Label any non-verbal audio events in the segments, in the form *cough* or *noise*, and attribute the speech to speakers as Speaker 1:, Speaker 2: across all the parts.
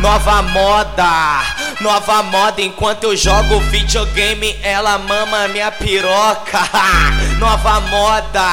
Speaker 1: Nova moda, nova moda. Enquanto eu jogo videogame, ela mama minha piroca. *laughs* Nova moda,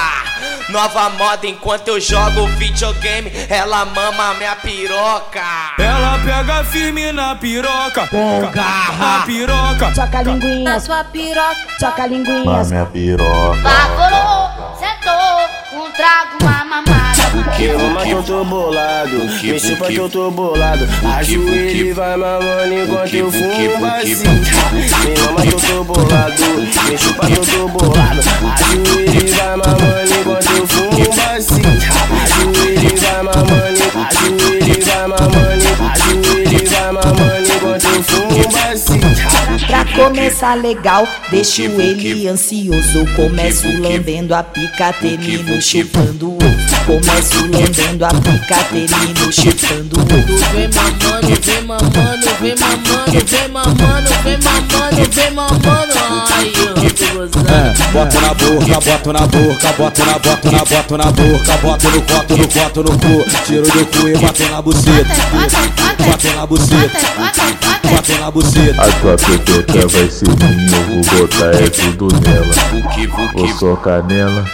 Speaker 1: nova moda. Enquanto eu jogo videogame, ela mama minha piroca.
Speaker 2: Ela pega firme na piroca.
Speaker 1: Ponga.
Speaker 2: Na piroca.
Speaker 3: Soca a linguinha,
Speaker 4: Na sua piroca,
Speaker 3: soca a linguinha,
Speaker 5: Na minha piroca.
Speaker 4: babolou, sentou, um trago, uma
Speaker 2: Tipo
Speaker 4: mamada.
Speaker 6: Me ama que eu tô bolado, me chupa que eu tô bolado. Ajoelho e vai mamando enquanto eu fumo um vazio. Me ama que eu tô bolado, me chupa que eu tô bolado. Ajoelho e vai mamando enquanto eu fumo um vazio. Ajoelho e vai mamando, ajoelho e vai mamando, ajoelho e vai mamando enquanto eu fumo um vazio.
Speaker 3: Pra começar legal, deixo ele ansioso. Começo lambendo a pica, termino chupando o ovo. Começo lambendo a pica, termino chupando o ovo.
Speaker 7: Vem mamando, vem mamando, vem mamando, vem mamando, vem mamando, vem mamando. Ai, eu tô gozando.
Speaker 2: Bota na boca, bota na boca, bota na bota na bota na boca, bota no coto, no coto, no cu, tiro do cu e bota na buceta, bota na tipo buceta, tipo bota na buceta.
Speaker 5: A tua pepeca vai ser minha, eu vou botar é tudo nela. Vou socar nela,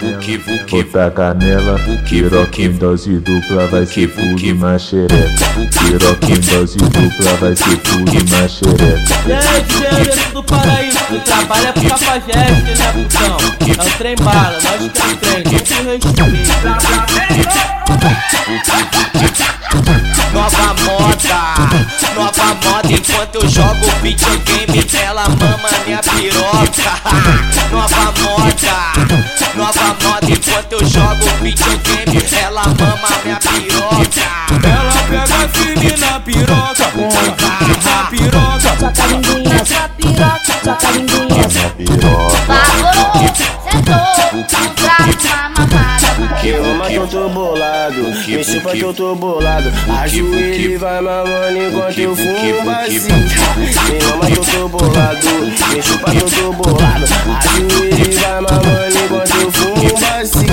Speaker 5: vou tacar nela. Piroca em dose dupla vai ser pulo na xereca. Piroca em dose dupla vai ser pulo na xereca.
Speaker 8: Gente, gerente do paraíso, tu trabalha pro cafajeste, né, putão? É o trem bala, nós que é o trem, não se respeita.
Speaker 1: Nova moda, nova moda. Enquanto eu jogo videogame, ela mama minha piroca. Nova moda, nova moda. Enquanto eu jogo videogame, ela mama minha piroca.
Speaker 2: Ela pega firme na piroca, na piroca,
Speaker 3: Soca a linguinha,
Speaker 4: Na sua piroca,
Speaker 3: soca a linguinha.
Speaker 5: Na minha piroca.
Speaker 4: babolou,
Speaker 2: tipo
Speaker 4: sentou, um trago, uma mamada.
Speaker 6: Me ama que eu tô bolado, me chupa que eu tô bolado. Ajoelho e vai mamando enquanto eu fumo um vazio. Me ama que eu tô bolado, me chupa que eu tô bolado. Ajoelho e vai mamando enquanto eu fumo um vazio.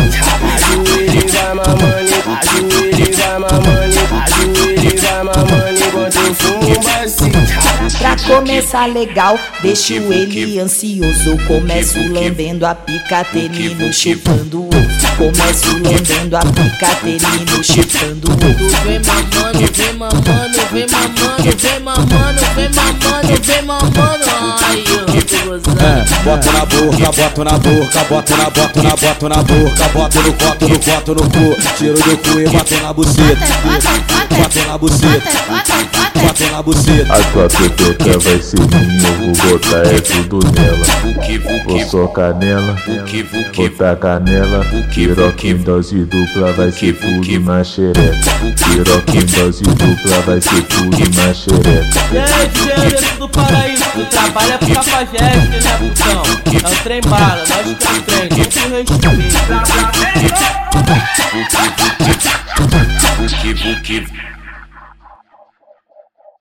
Speaker 6: Ajoelho e vai mamando, ajoelho e vai mamando, ajoelho e vai mamando enquanto eu fumo um vazio.
Speaker 3: Pra começar legal, deixo ele ansioso. Começo lambendo a pica, termino chupando o ovo. Começo lambendo a pica, termino chupando o ovo.
Speaker 7: Vem mamando, vem mamando, vem mamando, vem mamando, vem mamando, vem mamando. Ai, eu tô gozando.
Speaker 2: bota na boca, bota na boca, bota na bota na bota na boca, bota no coto, no coto, no cu, tiro do cu e bota na buceta, bota na tipo buceta, tipo bota na buceta.
Speaker 5: A tua pepeca vai ser minha, eu vou botar é tudo nela. Vou socar nela, vou tacar nela. Piroca em dose dupla vai ser pulo na xereca. Piroca em dose dupla vai ser pulo na xereca.
Speaker 8: Gente, gerente do paraíso, tu trabalha pro cafajeste, né, putão? É o trem bala, nós que é o trem, não se tá? respeita.